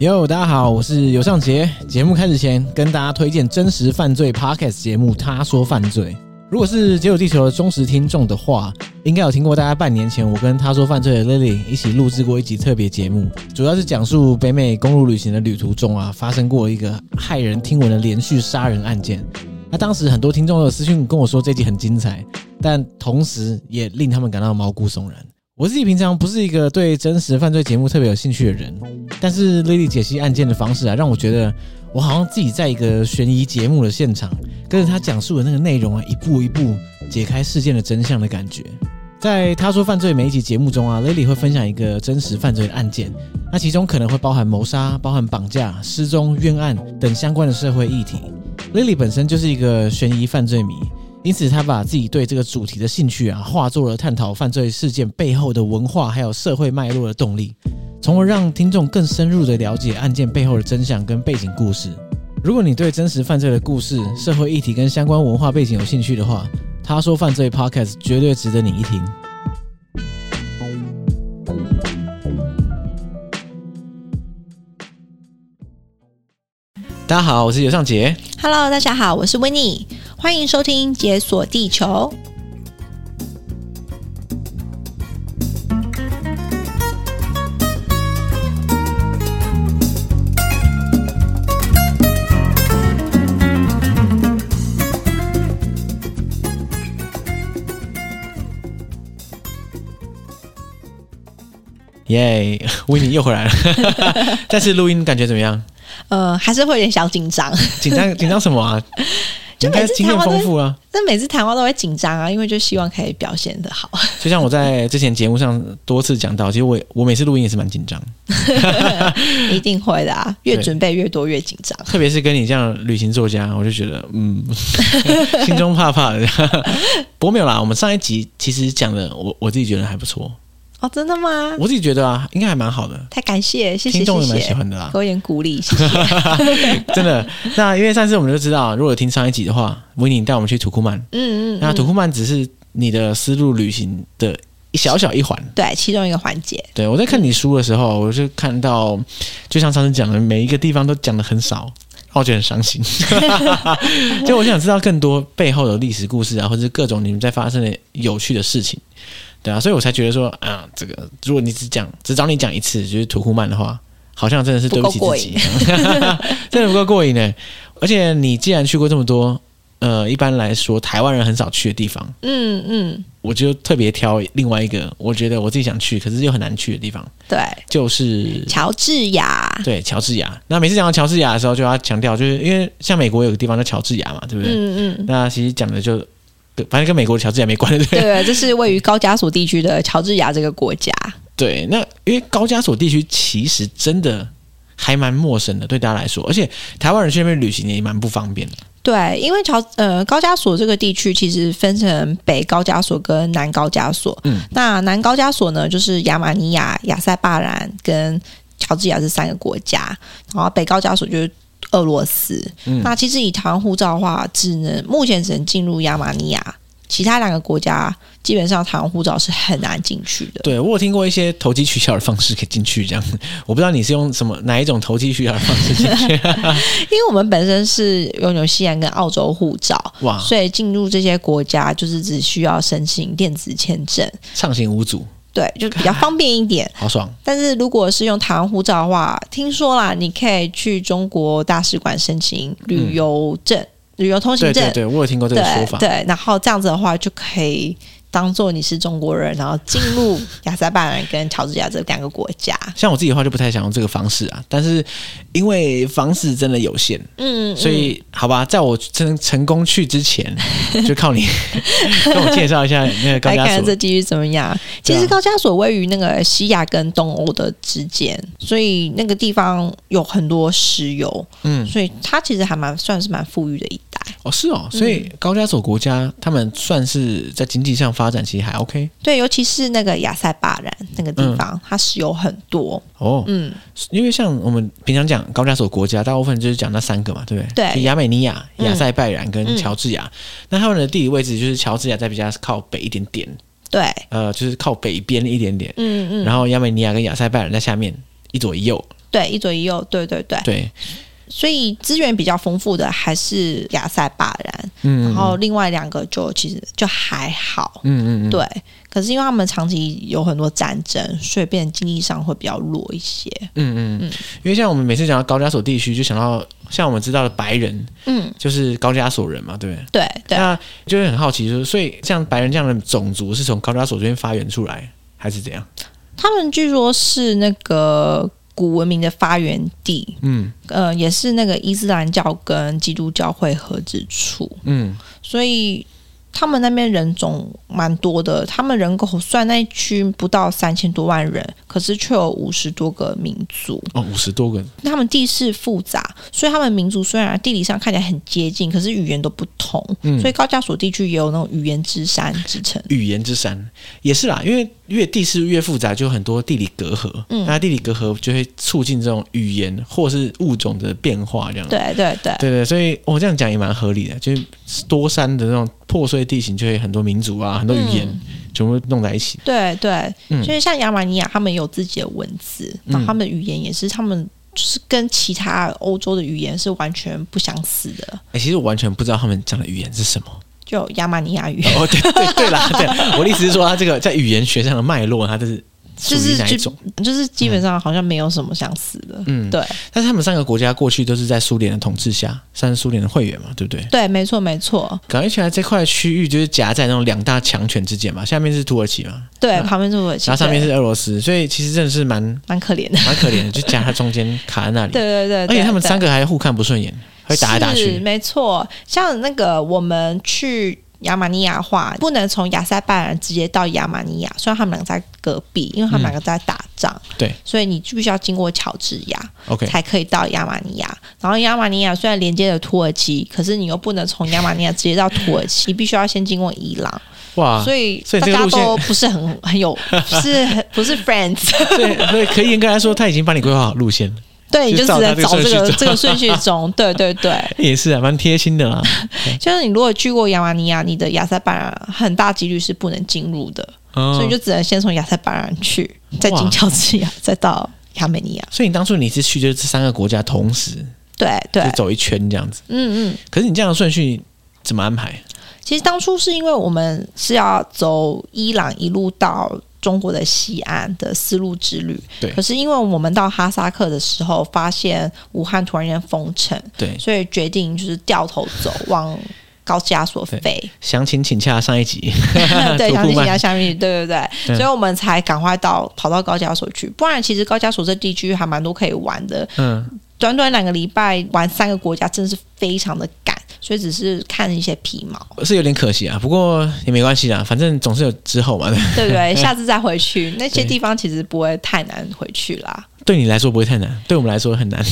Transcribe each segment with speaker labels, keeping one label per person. Speaker 1: 哟，大家好，我是尤尚杰。节目开始前，跟大家推荐真实犯罪 Podcast 节目《他说犯罪》。如果是《解救地球》的忠实听众的话，应该有听过大概半年前我跟《他说犯罪》的 Lily 一起录制过一集特别节目，主要是讲述北美公路旅行的旅途中啊，发生过一个骇人听闻的连续杀人案件。那当时很多听众都有私讯跟我说这集很精彩，但同时也令他们感到毛骨悚然。我自己平常不是一个对真实犯罪节目特别有兴趣的人，但是 Lily 解析案件的方式啊，让我觉得我好像自己在一个悬疑节目的现场，跟着他讲述的那个内容啊，一步一步解开事件的真相的感觉。在他说犯罪每一集节目中啊，Lily 会分享一个真实犯罪的案件，那其中可能会包含谋杀、包含绑架、失踪、冤案等相关的社会议题。Lily 本身就是一个悬疑犯罪迷，因此她把自己对这个主题的兴趣啊，化作了探讨犯罪事件背后的文化还有社会脉络的动力。从而让听众更深入的了解案件背后的真相跟背景故事。如果你对真实犯罪的故事、社会议题跟相关文化背景有兴趣的话，他说犯罪 Podcast 绝对值得你一听。大家好，我是尤尚杰。
Speaker 2: Hello，大家好，我是 w i n n i e 欢迎收听《解锁地球》。
Speaker 1: 耶、 维尼又回来 了。这次录音感觉怎么样？
Speaker 2: 呃，还是会有点小紧张，
Speaker 1: 紧张紧张什么啊？
Speaker 2: 就
Speaker 1: 你应该
Speaker 2: 每次
Speaker 1: 经验
Speaker 2: 台湾都
Speaker 1: 丰富啊。
Speaker 2: 但每次谈话都会紧张啊，因为就希望可以表现 的好。
Speaker 1: 就像我在之前节目上多次讲到，其实我也我每次录音也是蛮紧 张，
Speaker 2: 一定会的啊，越准备越多越紧张。
Speaker 1: 特别是跟你这样旅行作家，我就觉得嗯， 心中怕怕的。 不过没有啦，我们上一集其实讲的，我我自己觉得还不错，
Speaker 2: 哦，真的吗？
Speaker 1: 我自己觉得啊，应该还蛮好的，
Speaker 2: 太感谢，谢谢
Speaker 1: 听众
Speaker 2: 谢
Speaker 1: 也蛮喜
Speaker 2: 谢，
Speaker 1: 欢的啦
Speaker 2: 给，我一点鼓 励，谢谢。
Speaker 1: 真的。那因为上次我们就知道，如果有听上一集的话，维尼带我们去土库曼，
Speaker 2: 嗯嗯
Speaker 1: 那
Speaker 2: 嗯，
Speaker 1: 土库曼只是你的丝路旅行的一小小一环。
Speaker 2: 对，其中一个环节，
Speaker 1: 对我在看你书的时候，我就看到，就像上次讲的，每一个地方都讲的很少，让我觉得很伤心。就我想知道更多背后的历史故事啊，或者是各种你们在发生的有趣的事情，对啊，所以我才觉得说啊，这个如果你只讲只找你讲一次就是土库曼的话，好像真的是对不起自己， 真的不够过瘾呢。而且你既然去过这么多，呃，一般来说台湾人很少去的地方，
Speaker 2: 嗯嗯，
Speaker 1: 我就特别挑另外一个我觉得我自己想去，可是又很难去的地方。
Speaker 2: 对，
Speaker 1: 就是
Speaker 2: 乔治亚，
Speaker 1: 对乔治亚。那每次讲到乔治亚的时候，就要强调，就是因为像美国有个地方叫乔治亚嘛，对不对？
Speaker 2: 嗯嗯。
Speaker 1: 那其实讲的就反正跟美国的乔治亚没关系，对不
Speaker 2: 对，这是位于高加索地区的乔治亚这个国家。
Speaker 1: 对？对，那因为高加索地区其实真的还蛮陌生的，对大家来说，而且台湾人去那边旅行也蛮不方便的。
Speaker 2: 对，因为乔呃高加索这个地区其实分成北高加索跟南高加索。
Speaker 1: 嗯，
Speaker 2: 那南高加索呢，就是亚马尼亚、亚塞拜然跟乔治亚这三个国家，然后北高加索就是俄罗斯。
Speaker 1: 嗯
Speaker 2: 那其实以台湾护照的话，只能目前只能进入亚马尼亚，其他两个国家基本上台湾护照是很难进去的。
Speaker 1: 对我有听过一些投机取巧的方式可以进去，这样 我不知道你是用什么哪一种投机取巧的方 式进去？
Speaker 2: 因为我们本身是拥有西兰跟澳洲护照，
Speaker 1: 哇，
Speaker 2: 所以进入这些国家就是只需要申请电子签证，
Speaker 1: 畅行无阻，
Speaker 2: 对，就比较方便一点。
Speaker 1: 好爽！
Speaker 2: 但是如果是用台湾护照的话，听说啦，你可以去中国大使馆申请旅游证、旅游通行
Speaker 1: 对
Speaker 2: 证
Speaker 1: 嗯对，对，我有听过这个说法。
Speaker 2: 对，然后这样子的话就可以当做你是中国人，然后进入 亚塞拜然跟乔治亚这两个国家。
Speaker 1: 像我自己的话，就不太想用这个方式啊。但是因为方式真的有限，
Speaker 2: 嗯，嗯
Speaker 1: 所以好吧，在我真成功去之 前，就靠你跟我介绍一下那个高
Speaker 2: 来看
Speaker 1: 加
Speaker 2: 看
Speaker 1: 索。
Speaker 2: 这地区怎么样。其
Speaker 1: 对
Speaker 2: 实
Speaker 1: 啊
Speaker 2: 高加索位于那个西亚跟东欧的之间，所以那个地方有很多石油，
Speaker 1: 嗯，
Speaker 2: 所以它其实还蛮算是蛮富裕的一带。
Speaker 1: 哦，是
Speaker 2: 嗯
Speaker 1: 哦，所以高加索国家他们算是在经济上发展其实还 OK
Speaker 2: 对，尤其是那个亚塞拜然那个地
Speaker 1: 嗯
Speaker 2: 方，它石油很多。
Speaker 1: 哦。
Speaker 2: 嗯，
Speaker 1: 因为像我们平常讲高加索国家，大部分就是讲那三个嘛，对不对？
Speaker 2: 对
Speaker 1: 是亚美尼亚、
Speaker 2: 嗯
Speaker 1: 亚塞拜然跟
Speaker 2: 嗯
Speaker 1: 乔治亚。那他们的地理位置就是乔治亚在比较靠北一点点，
Speaker 2: 对，
Speaker 1: 呃，就是靠北边一点点。
Speaker 2: 嗯嗯，
Speaker 1: 然后亚美尼亚跟亚塞拜然在下面一左一右，
Speaker 2: 对，一左一右，对对对，
Speaker 1: 对，
Speaker 2: 所以资源比较丰富的还是亚塞巴然，
Speaker 1: 嗯，
Speaker 2: 然后另外两个就其实就还好，
Speaker 1: 嗯嗯嗯，
Speaker 2: 对。可是因为他们长期有很多战争，所以变得经济上会比较弱一些。
Speaker 1: 嗯嗯
Speaker 2: 嗯，
Speaker 1: 因为像我们每次讲到高加索地区，就想到像我们知道的白人
Speaker 2: 嗯，
Speaker 1: 就是高加索人嘛，对不对？
Speaker 2: 对对。
Speaker 1: 那就会很好奇，就是所以像白人这样的种族是从高加索这边发源出来，还是怎样？
Speaker 2: 他们据说是那个古文明的发源地，
Speaker 1: 嗯
Speaker 2: 呃，也是那个伊斯兰教跟基督教会合之处，
Speaker 1: 嗯
Speaker 2: 所以他们那边人种蛮多的。他们人口虽然那一区不到三千多万人，可是却有五十多个民族。
Speaker 1: 哦，五十多个，
Speaker 2: 他们地势复杂，所以他们民族虽然地理上看起来很接近，可是语言都不同。
Speaker 1: 嗯，
Speaker 2: 所以高加索地区也有那种语言之山之称。
Speaker 1: 语言之山也是啦，因为越地势越复杂，就有很多地理隔阂，
Speaker 2: 嗯
Speaker 1: 那地理隔阂就会促进这种语言或是物种的变化，这样。
Speaker 2: 对对对
Speaker 1: 对对，所以我、哦这样讲也蛮合理的，就是多山的那种破碎地形，就会很多民族啊，很多语言、
Speaker 2: 嗯
Speaker 1: 全部弄在一起。
Speaker 2: 对对，
Speaker 1: 嗯
Speaker 2: 所以像亚美尼亚，他们有自己的文字，
Speaker 1: 嗯
Speaker 2: 然后他们的语言也是他们。就是跟其他欧洲的语言是完全不相似的，
Speaker 1: 哎、其实我完全不知道他们讲的语言是什么。
Speaker 2: 就亚美尼亚语，
Speaker 1: 哦，对对对啦，对啦，我的意思是说，它这个在语言学上的脉络，它这是属
Speaker 2: 就是
Speaker 1: 于哪一
Speaker 2: 就
Speaker 1: 种？
Speaker 2: 就是基本上好像没有什么相似的。
Speaker 1: 嗯，
Speaker 2: 对
Speaker 1: 但是他们三个国家过去都是在苏联的统治下，算是苏联的会员嘛，对不对？
Speaker 2: 对，没错没错，
Speaker 1: 感觉起来这块区域就是夹在那种两大强权之间嘛，下面是土耳其嘛，
Speaker 2: 对，
Speaker 1: 那
Speaker 2: 旁边是土耳其，
Speaker 1: 嗯然后上面
Speaker 2: 对
Speaker 1: 是俄罗斯，所以其实真的是蛮
Speaker 2: 蛮可怜的。
Speaker 1: 蛮可怜的，就夹在中间卡在那里。
Speaker 2: 对对对，
Speaker 1: 而且
Speaker 2: 对
Speaker 1: 他们
Speaker 2: 对
Speaker 1: 三个还互看不顺眼，会打来打
Speaker 2: 是
Speaker 1: 去。
Speaker 2: 没错。像那个我们去亚马尼亚的话，不能从亚塞拜然直接到亚马尼亚，虽然他们两个在隔壁，因为他们两个在打仗，
Speaker 1: 对，
Speaker 2: 所以你必须要经过乔治亚
Speaker 1: OK，
Speaker 2: 才可以到亚马尼亚。然后亚马尼亚虽然连接了土耳其，可是你又不能从亚马尼亚直接到土耳其，你必须要先经过伊朗，
Speaker 1: 哇，
Speaker 2: 所以
Speaker 1: 啊所以
Speaker 2: 大
Speaker 1: 这个
Speaker 2: 家
Speaker 1: 路线
Speaker 2: 都不是很 很有，是很不是 friends。
Speaker 1: 对，所以可以严格来说，他已经帮你规划好路线了，
Speaker 2: 对，你
Speaker 1: 就
Speaker 2: 就只
Speaker 1: 照
Speaker 2: 能
Speaker 1: 他这
Speaker 2: 找
Speaker 1: 个
Speaker 2: 这
Speaker 1: 顺
Speaker 2: 个
Speaker 1: 序
Speaker 2: 这个顺序 中，对对对。
Speaker 1: 也是啊，蛮贴心的啦。
Speaker 2: 就是你如果去过亚马尼亚，你的亚塞拜然很大几率是不能进入的，
Speaker 1: 嗯
Speaker 2: 所以就只能先从亚塞拜然去，再
Speaker 1: 哇
Speaker 2: 进乔治亚，再到亚美尼亚。
Speaker 1: 所以你当初你是去就是这三个国家同时
Speaker 2: 对对
Speaker 1: 就，走一圈这样子，
Speaker 2: 嗯嗯。
Speaker 1: 可是你这样的顺序怎么安排？
Speaker 2: 其实当初是因为我们是要走伊朗一路到中国的西岸的丝路之旅，
Speaker 1: 对
Speaker 2: 可是因为我们到哈萨克的时候，发现武汉突然间封城，
Speaker 1: 对，
Speaker 2: 所以决定就是掉头走往。高加索
Speaker 1: 对
Speaker 2: 飞，。
Speaker 1: 详情请洽上一集
Speaker 2: 对，
Speaker 1: 土
Speaker 2: 杨
Speaker 1: 库
Speaker 2: 丽
Speaker 1: 曼
Speaker 2: 亚下面，对对对，
Speaker 1: 对
Speaker 2: 所以我们才赶快到跑到高加索去，不然其实高加索这地区还蛮多可以玩的，
Speaker 1: 嗯，
Speaker 2: 短短两个礼拜玩三个国家，真的是非常的赶，所以只是看一些皮毛，
Speaker 1: 是有点可惜啊，不过也没关系啦，反正总是有之后嘛。
Speaker 2: 对不 对？下次再回去那些
Speaker 1: 对
Speaker 2: 地方其实不会太难回去啦。
Speaker 1: 对你来说不会太难，对我们来说很 难。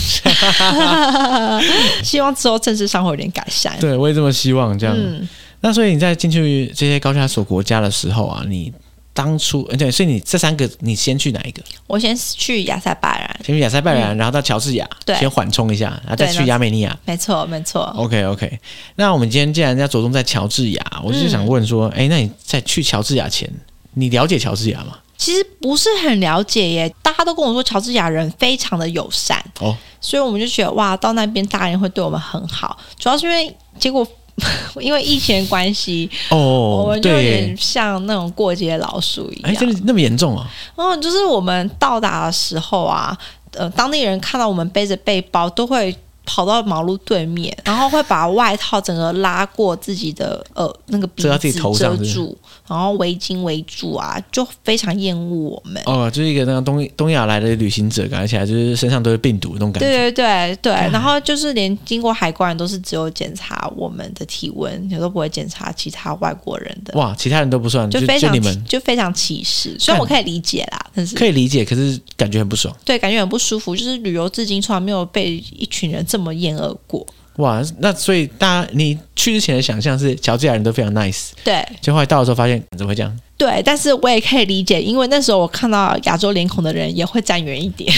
Speaker 2: 希望之后政治上会有点改善。
Speaker 1: 对，我也这么希望这样。
Speaker 2: 嗯，
Speaker 1: 那所以你在进去这些高加索国家的时候啊，你当初呃对，所以你这三个你先去哪一个？
Speaker 2: 我先去亚塞拜然，
Speaker 1: 先去亚塞拜然，然后到乔治亚，
Speaker 2: 嗯对
Speaker 1: 先缓冲一下，啊然后再
Speaker 2: 对哦
Speaker 1: 去亚美尼亚。
Speaker 2: 没错没错。
Speaker 1: OK OK，那我们今天既然要着重在乔治亚，我就想
Speaker 2: 嗯
Speaker 1: 问说，哎、那你在去乔治亚前，你了解乔治亚吗？
Speaker 2: 其实不是很了解耶，大家都跟我说乔治亚人非常的友善，
Speaker 1: 哦，
Speaker 2: 所以我们就觉得哇，到那边大人会对我们很好，主要是因为结果 因为疫情的关系，我
Speaker 1: 哦
Speaker 2: 们，就有
Speaker 1: 对
Speaker 2: 点，像那种过街老鼠一
Speaker 1: 哎、
Speaker 2: 样。
Speaker 1: 真的那么严重啊？
Speaker 2: 然后就是我们到达的时候啊，呃，当地人看到我们背着背包，都会跑到马路对面，然后会把外套整个拉过自己的呃那个鼻
Speaker 1: 遮到
Speaker 2: 子
Speaker 1: 自己头上
Speaker 2: 遮
Speaker 1: 是不是
Speaker 2: 住，然后围巾围住啊，就非常厌恶我们。
Speaker 1: 哦，就是一个那个东东亚来的旅行者，感觉起来就是身上都是病毒那种感觉。嗯
Speaker 2: 对对对对，然后就是连经过海关都是只有检查我们的体温，也都不会检查其他外国人的，
Speaker 1: 哇，其他人都不算，就
Speaker 2: 非常
Speaker 1: 你
Speaker 2: 歧
Speaker 1: 们
Speaker 2: 就非常歧视。虽然我可以理解啦，但是
Speaker 1: 可以理解，可是感觉很不爽。
Speaker 2: 对感觉很不舒服，就是旅游至今从来没有被一群人这么厌恶过。
Speaker 1: 哇，那所以大家你去之前的想象是乔治亚人都非常 nice，
Speaker 2: 对
Speaker 1: 就后来到的时候发现怎么会这样？
Speaker 2: 对，但是我也可以理解，因为那时候我看到亚洲脸孔的人也会站远一 点。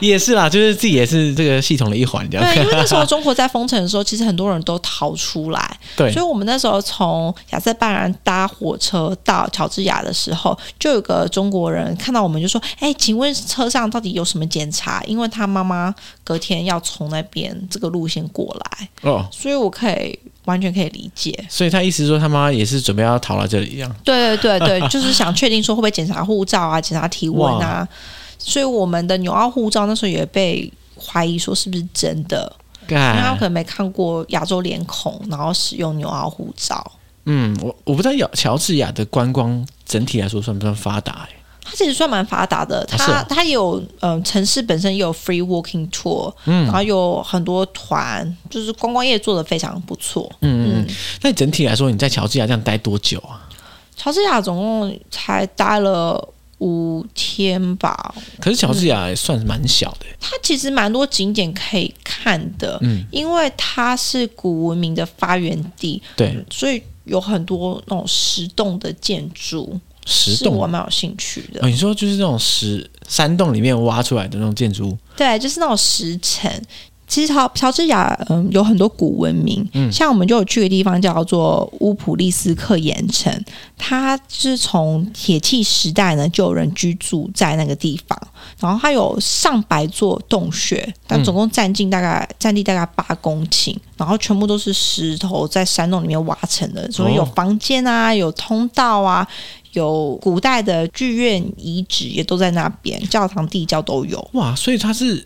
Speaker 1: 也是啦，就是自己也是这个系统的一环，这样
Speaker 2: 对，因为那时候中国在封城的时候，其实很多人都逃出来，
Speaker 1: 对
Speaker 2: 所以我们那时候从亚塞拜然搭火车到乔治亚的时候，就有个中国人看到我们就说：“哎，请问车上到底有什么检查？”因为他妈妈隔天要从那边这个路线过来，
Speaker 1: 哦。
Speaker 2: 所以我可以完全可以理解。
Speaker 1: 所以他意思说他妈也是准备要逃到这里一样。
Speaker 2: 对对对对，就是想确定说会不会检查护照啊，检查体温啊。所以我们的纽澳护照那时候也被怀疑说是不是真的，因为他们
Speaker 1: 干
Speaker 2: 可，能没看过亚洲脸孔，然后使用纽澳护照。
Speaker 1: 嗯，我我不知道乔乔治亚的观光整体来说算不算发达、欸？
Speaker 2: 它其实算蛮发达的，
Speaker 1: 是
Speaker 2: 它
Speaker 1: 啊
Speaker 2: 它有嗯城市本身也有 free walking tour，然
Speaker 1: 嗯
Speaker 2: 后有很多团，就是观光业做的非常不错。
Speaker 1: 嗯嗯嗯。那你整体来说，你在乔治亚这样待多久啊？
Speaker 2: 乔治亚总共才待了五天吧，
Speaker 1: 可是乔治
Speaker 2: 嗯
Speaker 1: 亚也算蛮小的欸、
Speaker 2: 它其实蛮多景点可以看的，
Speaker 1: 嗯
Speaker 2: 因为它是古文明的发源地，
Speaker 1: 对，
Speaker 2: 所以有很多那种石洞的建筑，
Speaker 1: 石
Speaker 2: 是我
Speaker 1: 洞。
Speaker 2: 蛮有兴趣的。
Speaker 1: 哦，你说就是那种石山洞里面挖出来的那种建筑物，
Speaker 2: 对，就是那种石城。其实乔乔治亚嗯有很多古文明，像我们就有去个地方叫做乌普利斯克盐城，它是从铁器时代呢就有人居住在那个地方，然后它有上百座洞穴，但总共占尽大概、占地大概八公顷，然后全部都是石头在山洞里面挖成的，所以有
Speaker 1: 哦
Speaker 2: 房间啊，有通道啊。有古代的剧院遗址也都在那边，教堂、地窖都有。
Speaker 1: 哇！所以它是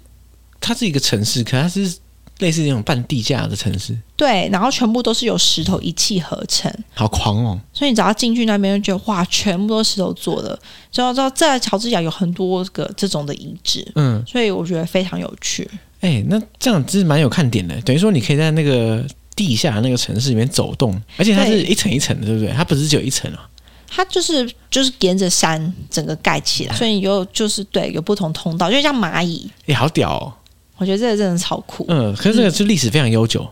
Speaker 1: 它是一个城市，可它是类似那种半地下的城市，
Speaker 2: 对，然后全部都是由石头一气呵成，
Speaker 1: 好狂哦！
Speaker 2: 所以你只要进去那边就觉得哇，全部都是石头做的。之后之后，在乔治亚有很多个这种的遗址，
Speaker 1: 嗯，
Speaker 2: 所以我觉得非常有趣。
Speaker 1: 哎、那这样子蛮有看点的，等于说你可以在那个地下那个城市里面走动，而且它是
Speaker 2: 对
Speaker 1: 一层一层的，对不对？它不是只有一层啊。
Speaker 2: 它就是就是沿着山整个盖起来，所以你就就是对有不同通道，就像蚂蚁，
Speaker 1: 哎、好屌哦！
Speaker 2: 我觉得这个真的超酷。
Speaker 1: 嗯，可是这个是历史非常悠久，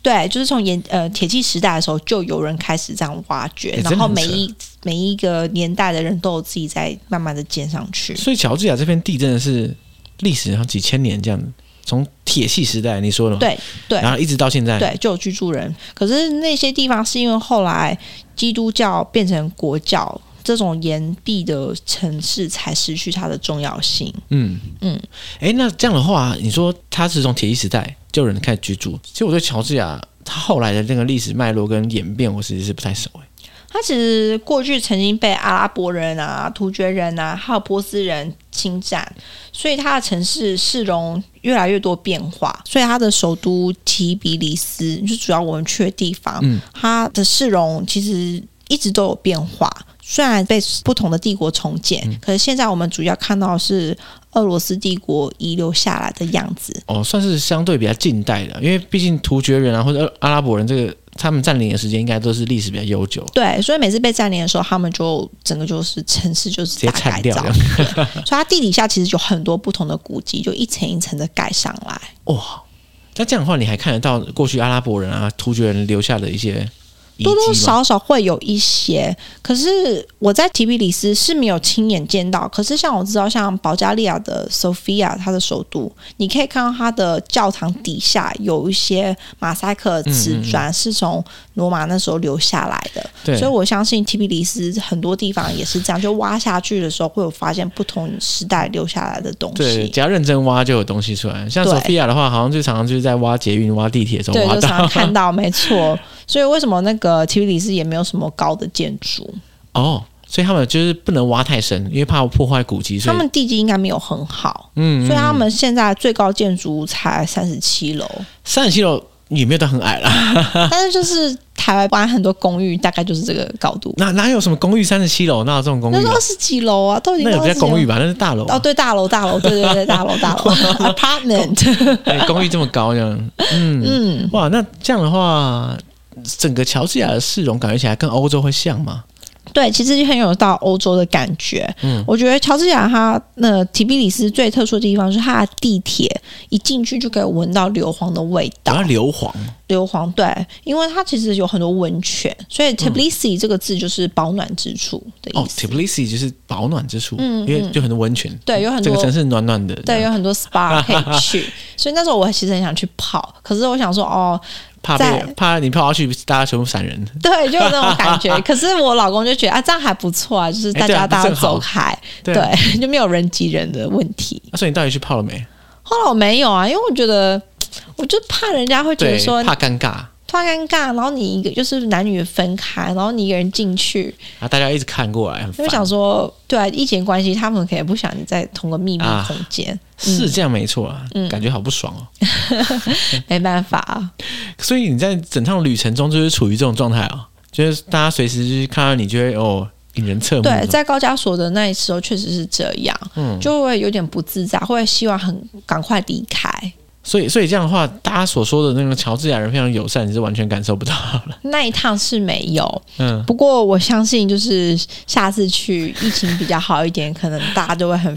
Speaker 2: 对，就是从岩呃铁器时代的时候，就有人开始这样挖掘，
Speaker 1: 哎真的
Speaker 2: 然后
Speaker 1: 很
Speaker 2: 每
Speaker 1: 扯
Speaker 2: 一每一个年代的人都有自己在慢慢的建上去。
Speaker 1: 所以乔治亚这片地真的是历史上几千年这样子，从铁器时代你说的嘛，
Speaker 2: 对对
Speaker 1: 然后一直到现在，
Speaker 2: 对，就有居住人。可是那些地方是因为后来基督教变成国教，这种岩壁的城市才失去它的重要性。
Speaker 1: 嗯嗯
Speaker 2: 嗯。
Speaker 1: 哎、那这样的话，你说它是从铁器时代就有人开始居住，其实我对乔治亚它后来的那个历史脉络跟演变，我其实是不太熟、哎，
Speaker 2: 它其实过去曾经被阿拉伯人啊、突厥人啊，还有波斯人侵占，所以它的城市市容越来越多变化。所以它的首都提比里斯，就是主要我们去的地方，
Speaker 1: 嗯
Speaker 2: 它的市容其实一直都有变化。虽然被不同的帝国重建，
Speaker 1: 嗯
Speaker 2: 可是现在我们主要看到的是俄罗斯帝国遗留下来的样子。
Speaker 1: 哦，算是相对比较近代的，因为毕竟突厥人啊或者阿拉伯人这个他们占领的时间应该都是历史比较悠久，
Speaker 2: 对，所以每次被占领的时候，他们就整个就是城市就是
Speaker 1: 直接
Speaker 2: 大改
Speaker 1: 铲掉
Speaker 2: 造，
Speaker 1: 这样。
Speaker 2: 所以它地底下其实有很多不同的古迹，就一层一层的盖上来。
Speaker 1: 哇，那这样的话你还看得到过去阿拉伯人啊突厥人留下的一些遗迹吗
Speaker 2: 多多少少会有一些，可是我在提比里斯是没有亲眼见到。可是像我知道，像保加利亚的 Sofia，它的首都，你可以看到它的教堂底下有一些马赛克的瓷砖，是从罗马那时候留下来的。
Speaker 1: 嗯对，
Speaker 2: 所以我相信提比里斯很多地方也是这样，就挖下去的时候会有发现不同时代留下来的东
Speaker 1: 对，
Speaker 2: 西。
Speaker 1: 只要认真挖就有东西出来。像
Speaker 2: 对
Speaker 1: Sophia 的话，好像就常常就是在挖捷运、挖地铁的时候
Speaker 2: 对，
Speaker 1: 挖
Speaker 2: 就常
Speaker 1: 到
Speaker 2: 常。看到，没错。所以为什么那个提比里斯也没有什么高的建筑？
Speaker 1: 哦，所以他们就是不能挖太深，因为怕破坏古迹。所以
Speaker 2: 他们地基应该没有很好，
Speaker 1: 嗯，
Speaker 2: 所以他们现在最高建筑才三十七 楼，
Speaker 1: 三十七楼也没有到很矮啦，
Speaker 2: 但是就是台湾很多公寓大概就是这个高度，
Speaker 1: 哪哪有什么公寓三十七楼？哪有这种公
Speaker 2: 那
Speaker 1: 寓
Speaker 2: 是
Speaker 1: 啊
Speaker 2: 二？十几楼啊，都已经
Speaker 1: 那
Speaker 2: 到
Speaker 1: 有
Speaker 2: 二
Speaker 1: 在
Speaker 2: 十几
Speaker 1: 公寓
Speaker 2: 楼。
Speaker 1: 吧？那是大楼啊
Speaker 2: 哦，对，大楼，大楼，对对对，大楼，大 楼，apartment，
Speaker 1: 对，哎公寓这么高这 样，嗯，
Speaker 2: 嗯，
Speaker 1: 哇，那这样的话，整个乔治亚的市容感觉起来跟欧洲会像吗？
Speaker 2: 对，其实就很有到欧洲的感觉。
Speaker 1: 嗯
Speaker 2: 我觉得乔治亚它那提比里斯最特殊的地方是它的地铁一进去就可以闻到硫磺的味道
Speaker 1: 然后。硫磺，
Speaker 2: 硫磺对，因为它其实有很多温泉，所以 Tbilisi 这个字就是保暖之处的
Speaker 1: 嗯哦
Speaker 2: 意思。
Speaker 1: ，Tbilisi 就是保暖之处，
Speaker 2: 嗯
Speaker 1: 因为就很多温泉，
Speaker 2: 对，有很
Speaker 1: 这
Speaker 2: 多
Speaker 1: 个城市暖暖的，
Speaker 2: 对，有很多 SPA 可 以去，所以那时候我其实很想去泡，可是我想说哦，
Speaker 1: 怕
Speaker 2: 在
Speaker 1: 被怕你泡下去，大家全部闪人。
Speaker 2: 对，就有那种感 觉。可是我老公就觉得啊，这样还不错啊，就是
Speaker 1: 哎
Speaker 2: 大
Speaker 1: 对啊
Speaker 2: 家大家
Speaker 1: 正好
Speaker 2: 走开，
Speaker 1: 对啊，
Speaker 2: 对， 就没有人挤人的问题。
Speaker 1: 那啊所以你到底去泡了没？
Speaker 2: 后来我没有啊，因为我觉得，我就怕人家会觉
Speaker 1: 对
Speaker 2: 得说，
Speaker 1: 怕尴尬，
Speaker 2: 突然尴尬，然后你一个就是男女分开，然后你一个人进去，
Speaker 1: 然啊后大家一直看过来，很
Speaker 2: 因
Speaker 1: 烦
Speaker 2: 为。想说，对啊，异性关系，他们可能不想你在同个秘密
Speaker 1: 啊
Speaker 2: 空间，
Speaker 1: 是这样没错啊，
Speaker 2: 嗯
Speaker 1: 感觉好不爽哦。
Speaker 2: 没办法、啊。
Speaker 1: 嗯所以你在整趟旅程中就是处于这种状态哦，就是大家随时就是看到你，就会哦引人侧目。
Speaker 2: 对，在高加索的那时候确实是这样，
Speaker 1: 嗯
Speaker 2: 就会有点不自在，会希望很赶快离开。
Speaker 1: 所以所以这样的话，大家所说的那个乔治亚人非常友善，你是完全感受不到了。
Speaker 2: 那一趟是没有，
Speaker 1: 嗯，
Speaker 2: 不过我相信，就是下次去疫情比较好一点，可能大家就会很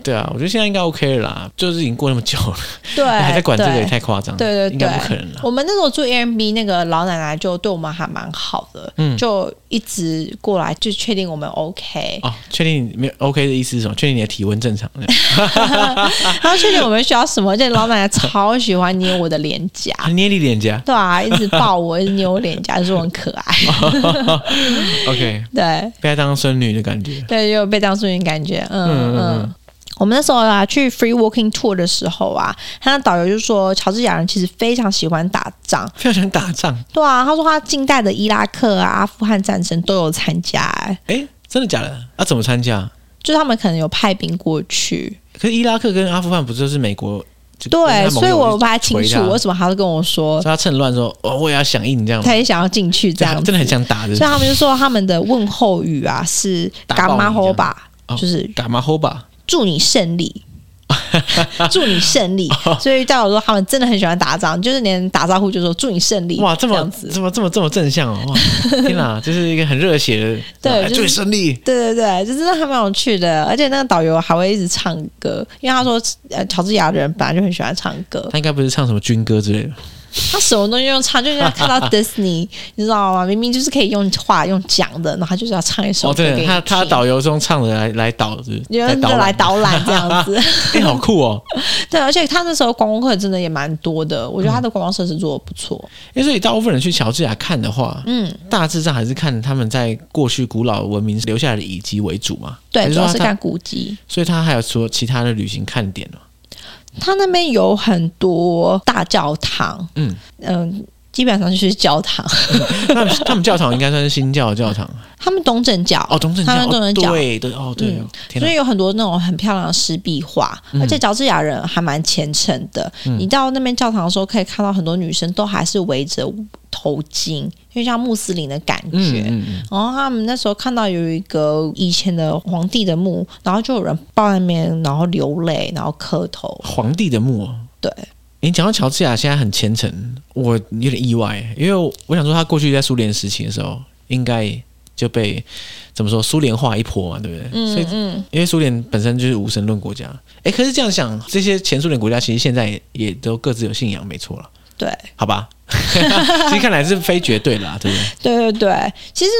Speaker 1: 对啊，我觉得现在应该 OK 了啦，就是已经过那么久了，
Speaker 2: 对，
Speaker 1: 还在管这个
Speaker 2: 哎
Speaker 1: 啊
Speaker 2: 对
Speaker 1: 也太夸张了，
Speaker 2: 对对对
Speaker 1: 应该不可能啦。
Speaker 2: 我们那时候住 Airbnb，那个老奶奶就对我们还蛮好的，
Speaker 1: 嗯
Speaker 2: 就一直过来就确定我们 OK，
Speaker 1: 哦，确定你没有 OK 的意思是什么？确定你的体温正常？ 这样
Speaker 2: 然后确定我们需要什么，而且老奶奶超喜欢捏我的脸颊。
Speaker 1: 啊，捏你脸颊。
Speaker 2: 对啊，一直抱我，一直捏我脸颊，就是我很可爱。
Speaker 1: OK，
Speaker 2: 对
Speaker 1: 被他当孙女的感觉。
Speaker 2: 对，就有被当淑女感觉，
Speaker 1: 嗯
Speaker 2: 嗯
Speaker 1: 嗯
Speaker 2: 嗯。
Speaker 1: 嗯
Speaker 2: 我们那时候啊，去 free walking tour 的时候啊，他的导游就说，乔治亚人其实非常喜欢打仗。
Speaker 1: 非常想打仗，
Speaker 2: 对啊，他说他近代的伊拉克啊、阿富汗战争都有参加、欸，
Speaker 1: 哎，真的假的？啊，怎么参加？
Speaker 2: 就他们可能有派兵过去。
Speaker 1: 可是伊拉克跟阿富汗不就是美国？就
Speaker 2: 对，
Speaker 1: 跟他盟
Speaker 2: 所以
Speaker 1: 友
Speaker 2: 我
Speaker 1: 就
Speaker 2: 不太清
Speaker 1: 回
Speaker 2: 楚
Speaker 1: 他
Speaker 2: 为什么他都跟我说
Speaker 1: 所以他趁乱说：“哦，我也要响应，这样吗
Speaker 2: 他也想要进去这样子
Speaker 1: 真的很想打的。
Speaker 2: 所以他们就说他们的问候语啊是
Speaker 1: 打
Speaker 2: 干
Speaker 1: 爆
Speaker 2: 嘛
Speaker 1: 你
Speaker 2: 吼
Speaker 1: 这样
Speaker 2: 吧
Speaker 1: 哦，
Speaker 2: 就是
Speaker 1: 打马吼吧，
Speaker 2: 祝你 胜利。祝你胜利，
Speaker 1: 哦
Speaker 2: 所以代表说他们真的很喜欢打仗，就是连打招呼就说祝你胜利，
Speaker 1: 哇，这么
Speaker 2: 样
Speaker 1: 这
Speaker 2: 子，
Speaker 1: 么这么这么正向哦！ 哇天哪，这是一个很热血的，
Speaker 2: 对
Speaker 1: 哎
Speaker 2: 就是
Speaker 1: 祝你胜利。
Speaker 2: 对对对，就真的还蛮有趣的。而且那个导游还会一直唱歌，因为他说呃乔治亚人本来就很喜欢唱歌，
Speaker 1: 他应该不是唱什么军歌之类的，
Speaker 2: 他什么东西都用唱，就像 看到 Disney，你知道吗？明明就是可以用话用讲的，然后他就是要唱一首
Speaker 1: 哦，
Speaker 2: 歌给
Speaker 1: 对，
Speaker 2: 你
Speaker 1: 他他
Speaker 2: 听
Speaker 1: 导游中唱的来来导，是不
Speaker 2: 有
Speaker 1: 是
Speaker 2: 人就
Speaker 1: 导
Speaker 2: 来
Speaker 1: 览，
Speaker 2: 导览这样子，
Speaker 1: 哎，好酷哦！
Speaker 2: 对，而且他那时候观光客真的也蛮多的，我
Speaker 1: 嗯
Speaker 2: 觉得他的观光设施做的不错，
Speaker 1: 因为哎所以大部分人去乔治亚看的话，
Speaker 2: 嗯，
Speaker 1: 大致上还是看他们在过去古老文明留下来的遗迹为主嘛。还
Speaker 2: 对，主
Speaker 1: 说
Speaker 2: 要
Speaker 1: 他
Speaker 2: 是看古迹，
Speaker 1: 所以他还有说其他的旅行看点哦。
Speaker 2: 他那边有很多大教堂，
Speaker 1: 嗯
Speaker 2: 嗯基本上就是教堂，
Speaker 1: 他们他们教堂应该算是新教的教堂
Speaker 2: 他们东正教，
Speaker 1: 哦，东正
Speaker 2: 他
Speaker 1: 教，
Speaker 2: 们东
Speaker 1: 哦
Speaker 2: 正教
Speaker 1: 对对哦对
Speaker 2: 嗯，
Speaker 1: 天哪嗯
Speaker 2: 所以有很多那种很漂亮的石壁画，而且乔治亚人还蛮虔诚的。你到那边教堂的时候，可以看到很多女生都还是围着头巾，因为像穆斯林的感觉。
Speaker 1: 嗯嗯嗯
Speaker 2: 然后他们那时候看到有一个以前的皇帝的墓，然后就有人抱在那边，然后流泪，然后磕头。
Speaker 1: 皇帝的墓、哦。
Speaker 2: 对，
Speaker 1: 诶你讲到乔治亚现在很虔诚，我有点意外，因为我想说他过去在苏联时期的时候，应该就被怎么说苏联化一波嘛，对不对？所以
Speaker 2: 嗯，
Speaker 1: 因为苏联本身就是无神论国家，诶，可是这样想，这些前苏联国家其实现在也也都各自有信仰，没错了，
Speaker 2: 对，
Speaker 1: 好 吧？其实看来是非绝对啦，对不对？
Speaker 2: 对对对。其实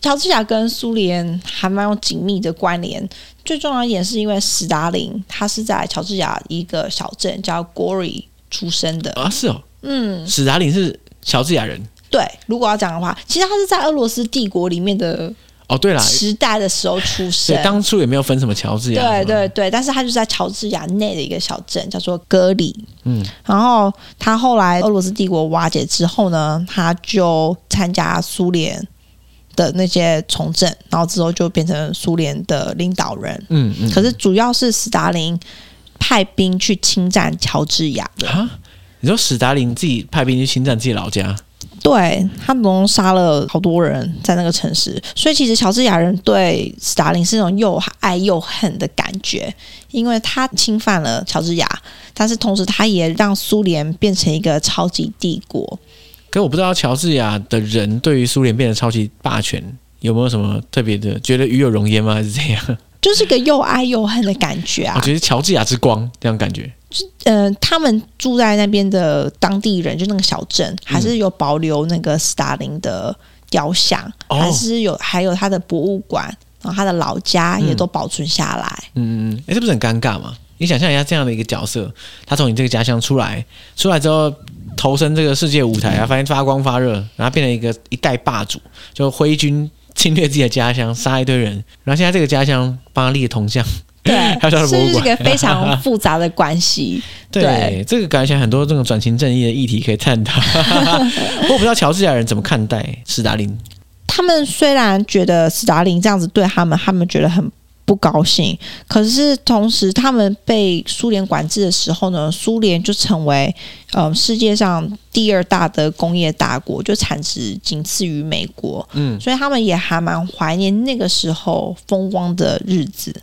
Speaker 2: 乔治亚跟苏联还蛮有紧密的关联。最重要一点是因为史达林他是在乔治亚一个小镇叫 Gori 出生的。
Speaker 1: 啊，是哦，
Speaker 2: 嗯，
Speaker 1: 史达林是乔治亚人
Speaker 2: 对。如果要讲的话，其实他是在俄罗斯帝国里面的
Speaker 1: 哦，对啦，
Speaker 2: 时代的时候出生
Speaker 1: 对，。当初也没有分什么乔治亚，
Speaker 2: 对，对对，但是他就是在乔治亚内的一个小镇，叫做戈里。
Speaker 1: 嗯，
Speaker 2: 然后他后来俄罗斯帝国瓦解之后呢，他就参加苏联的那些从政，然后之后就变成苏联的领导人。
Speaker 1: 嗯嗯，
Speaker 2: 可是主要是斯大林派兵去侵占乔治亚的，
Speaker 1: 啊，你说史达林自己派兵去侵占自己老家，
Speaker 2: 对他们总共杀了好多人在那个城市，所以其实乔治亚人对斯大林是那种又爱又恨的感觉，因为他侵犯了乔治亚，但是同时他也让苏联变成一个超级帝国。
Speaker 1: 可我不知道乔治亚的人对于苏联变得超级霸权有没有什么特别的？觉得与有容焉吗？还是怎样？
Speaker 2: 就是一个又爱又恨的感觉
Speaker 1: 我
Speaker 2: 啊。
Speaker 1: 觉得乔治亚之光这样感觉，
Speaker 2: 嗯、他们住在那边的当地人，就那个小镇，还是有保留那个斯大林的雕像，
Speaker 1: 哦
Speaker 2: 还是有还有他的博物馆，然后他的老家也
Speaker 1: 嗯
Speaker 2: 都保存下来。
Speaker 1: 嗯嗯，哎、诶这不是很尴尬吗？你想象一下这样的一个角色，他从你这个家乡出来，出来之后投身这个世界舞台啊，发现发光发热，然后变成一个一代霸主，就挥军侵略自己的家乡，杀一堆人，然后现在这个家乡帮他立铜像，
Speaker 2: 对，
Speaker 1: 还有他的
Speaker 2: 是
Speaker 1: 博
Speaker 2: 不
Speaker 1: 物
Speaker 2: 是一
Speaker 1: 馆，
Speaker 2: 个非常 复杂的关系？
Speaker 1: 对，
Speaker 2: 对
Speaker 1: 这个感觉很多这种转型正义的议题可以探讨。我不知道乔治亚人怎么看待斯大林，
Speaker 2: 他们虽然觉得斯大林这样子对他们，他们觉得很不高兴，可是同时他们被苏联管制的时候呢，苏联就成为呃世界上第二大的工业大国，就产值仅次于美国，
Speaker 1: 嗯，
Speaker 2: 所以他们也还蛮怀念那个时候风光的日子。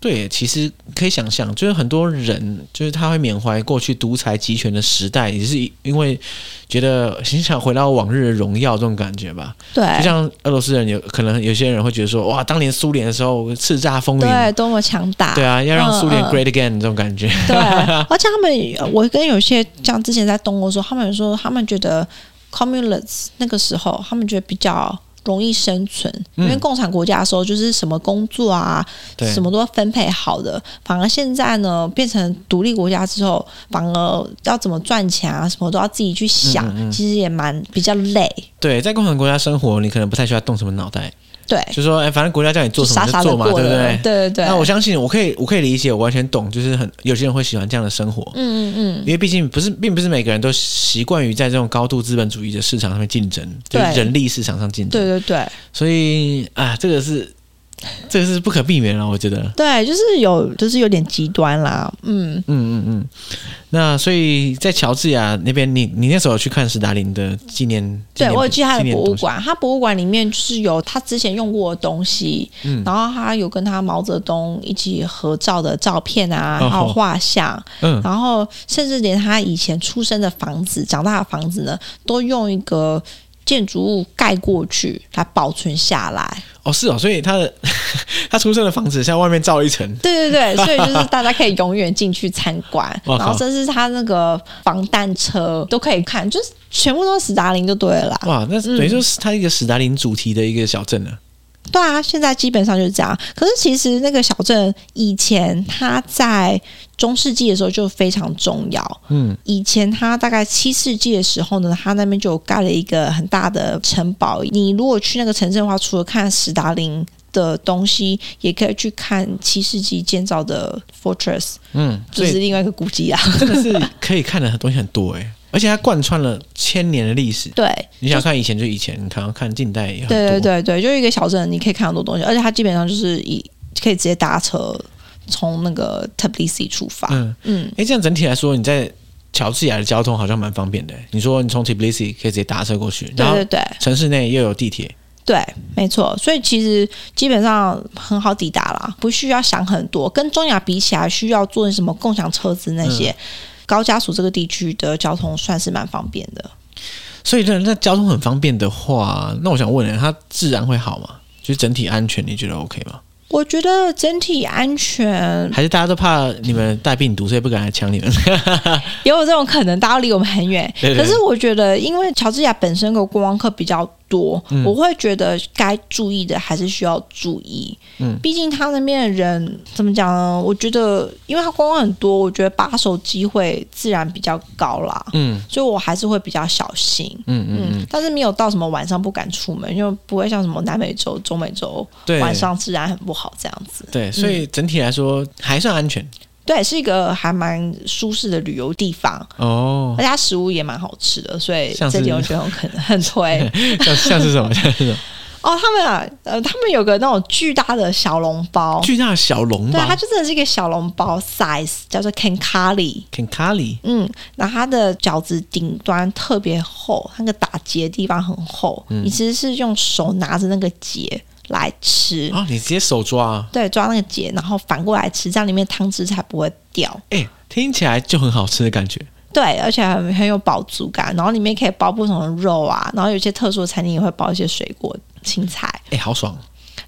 Speaker 1: 对，其实可以想象，就是很多人就是他会缅怀过去独裁集权的时代，也是因为觉得很想回到往日的荣耀这种感觉吧。
Speaker 2: 对，
Speaker 1: 就像俄罗斯人有可能有些人会觉得说，哇，当年苏联的时候叱咤风
Speaker 2: 对，
Speaker 1: 云，
Speaker 2: 多么强大！
Speaker 1: 对啊，要让苏联
Speaker 2: 嗯嗯
Speaker 1: great again 这种感觉。
Speaker 2: 对，而且他们，我跟有些像之前在东欧说，他们说他们觉得 communists 那个时候，他们觉得比较容易生存，
Speaker 1: 嗯
Speaker 2: 因为共产国家的时候就是什么工作啊，
Speaker 1: 对，
Speaker 2: 什么都分配好的，反而现在呢变成独立国家之后，反而要怎么赚钱啊，什么都要自己去想，
Speaker 1: 嗯嗯嗯
Speaker 2: 其实也蛮比较累，
Speaker 1: 对，在共产国家生活，你可能不太需要动什么脑袋，
Speaker 2: 对，
Speaker 1: 就说，哎，反正国家叫你做什么
Speaker 2: 傻
Speaker 1: 就
Speaker 2: 傻的
Speaker 1: 做嘛，
Speaker 2: 过
Speaker 1: 对不
Speaker 2: 了，
Speaker 1: 对？
Speaker 2: 对对对，
Speaker 1: 那我相信，我可以，我可以理解，我完全懂，就是很有些人会喜欢这样的生活，
Speaker 2: 嗯嗯嗯，
Speaker 1: 因为毕竟不是，并不是每个人都习惯于在这种高度资本主义的市场上面竞争，就
Speaker 2: 对
Speaker 1: 是人力市场上竞
Speaker 2: 对
Speaker 1: 争。
Speaker 2: 对对。
Speaker 1: 所以啊，这个是这个是不可避免了，我觉得。
Speaker 2: 对，就是有，就是有点极端啦，嗯，
Speaker 1: 嗯嗯嗯。那所以在乔治亚那边，你你那时候有去看史达林的纪念？纪
Speaker 2: 对，
Speaker 1: 念
Speaker 2: 我有去他
Speaker 1: 纪
Speaker 2: 的
Speaker 1: 念
Speaker 2: 博
Speaker 1: 东
Speaker 2: 物
Speaker 1: 西。
Speaker 2: 馆，他博物馆里面就是有他之前用过的东西，
Speaker 1: 嗯
Speaker 2: 然后他有跟他毛泽东一起合照的照片啊，
Speaker 1: 哦
Speaker 2: 还有画像，
Speaker 1: 嗯，
Speaker 2: 然后甚至连他以前出生的房子、长大的房子呢，都用一个建筑物盖过去来保存下来。
Speaker 1: 哦是哦，所以他的 他出生的房子像外面罩一层，，
Speaker 2: 对对对，所以就是大家可以永远进去参观
Speaker 1: 哇靠
Speaker 2: 然后甚至他那个防弹车都可以看，就是全部都是斯大林就对了啦。
Speaker 1: 哇，那等于就是他一个史达林主题的一个小镇了。
Speaker 2: 对啊，现在基本上就是这样。可是其实那个小镇以前它在中世纪的时候就非常重要。
Speaker 1: 嗯，
Speaker 2: 以前它大概七世纪的时候呢，它那边就有盖了一个很大的城堡。你如果去那个城镇的话，除了看史达林。的东西也可以去看七世纪建造的 fortress，
Speaker 1: 嗯，
Speaker 2: 就
Speaker 1: 所以
Speaker 2: 是另外一个古 迹啊。
Speaker 1: 真的是可以看的东西很多哎、而且它贯穿了千年的历史。
Speaker 2: 对，
Speaker 1: 你想看以前就以前，你看看近代也很多。
Speaker 2: 对对对对，就是一个小镇，你可以看很多东西，而且它基本上就是以可以直接搭车从那个 Tbilisi 出发。
Speaker 1: 嗯，
Speaker 2: 嗯，
Speaker 1: 哎、这样整体来说，你在乔治亚的交通好像蛮方便的欸、你说你从 Tbilisi 可以直接搭车过去，然
Speaker 2: 对
Speaker 1: 后
Speaker 2: 对对
Speaker 1: 城市内又有地铁。
Speaker 2: 对，没错。所以其实基本上很好抵达啦，不需要想很多。跟中亚比起来，需要坐什么共享车子那
Speaker 1: 嗯
Speaker 2: 些，高加索这个地区的交通算是蛮方便的。
Speaker 1: 所以那那交通很方便的话，那我想问、欸，它治安会好吗？就是整体安全，你觉得 OK 吗？
Speaker 2: 我觉得整体安全
Speaker 1: 还是大家都怕你们带病毒，所以不敢来抢你 们？
Speaker 2: 也有这种可能，大家离我们很远。
Speaker 1: 对对
Speaker 2: 可是我觉得，因为乔治亚本身的观光客比较多，
Speaker 1: 嗯
Speaker 2: 我会觉得该注意的还是需要注意。
Speaker 1: 嗯
Speaker 2: 毕竟他那边的人怎么讲呢？我觉得，因为他观光很多，我觉得把手机会自然比较高啦，
Speaker 1: 嗯
Speaker 2: 所以我还是会比较小心。
Speaker 1: 嗯嗯
Speaker 2: 嗯
Speaker 1: 嗯，，
Speaker 2: 但是没有到什么晚上不敢出门，因为不会像什么南美洲、中美洲
Speaker 1: 对，
Speaker 2: 晚上嗯治安很不好这样子。
Speaker 1: 对，所以整体来说还算安全
Speaker 2: 对，是一个还蛮舒适的旅游地方。
Speaker 1: 哦
Speaker 2: 而。且它食物也蛮好吃的，所以
Speaker 1: 像是
Speaker 2: 这点我觉得很可能 很推
Speaker 1: 像像是什么？像 是什么？
Speaker 2: 哦。他们啊，呃，他们有个那种巨大的小笼包，
Speaker 1: 巨大的小笼
Speaker 2: 对，啊它
Speaker 1: 包
Speaker 2: 就真的是一个小笼包 size，叫做 kankali。
Speaker 1: ，Kenkali，
Speaker 2: 嗯，然后它的饺子顶端特别厚，那个打结的地方很厚，
Speaker 1: 嗯
Speaker 2: 你其实是用手拿着那个结来吃，
Speaker 1: 啊，你直接手抓、啊，
Speaker 2: 对，抓那个结，然后反过来吃，这样里面汤汁才不会掉。
Speaker 1: 哎、听起来就很好吃的感觉。
Speaker 2: 对，而且很很有饱足感，然后里面可以包不同的肉啊，然后有些特殊的餐厅也会包一些水果青菜，
Speaker 1: 哎、好爽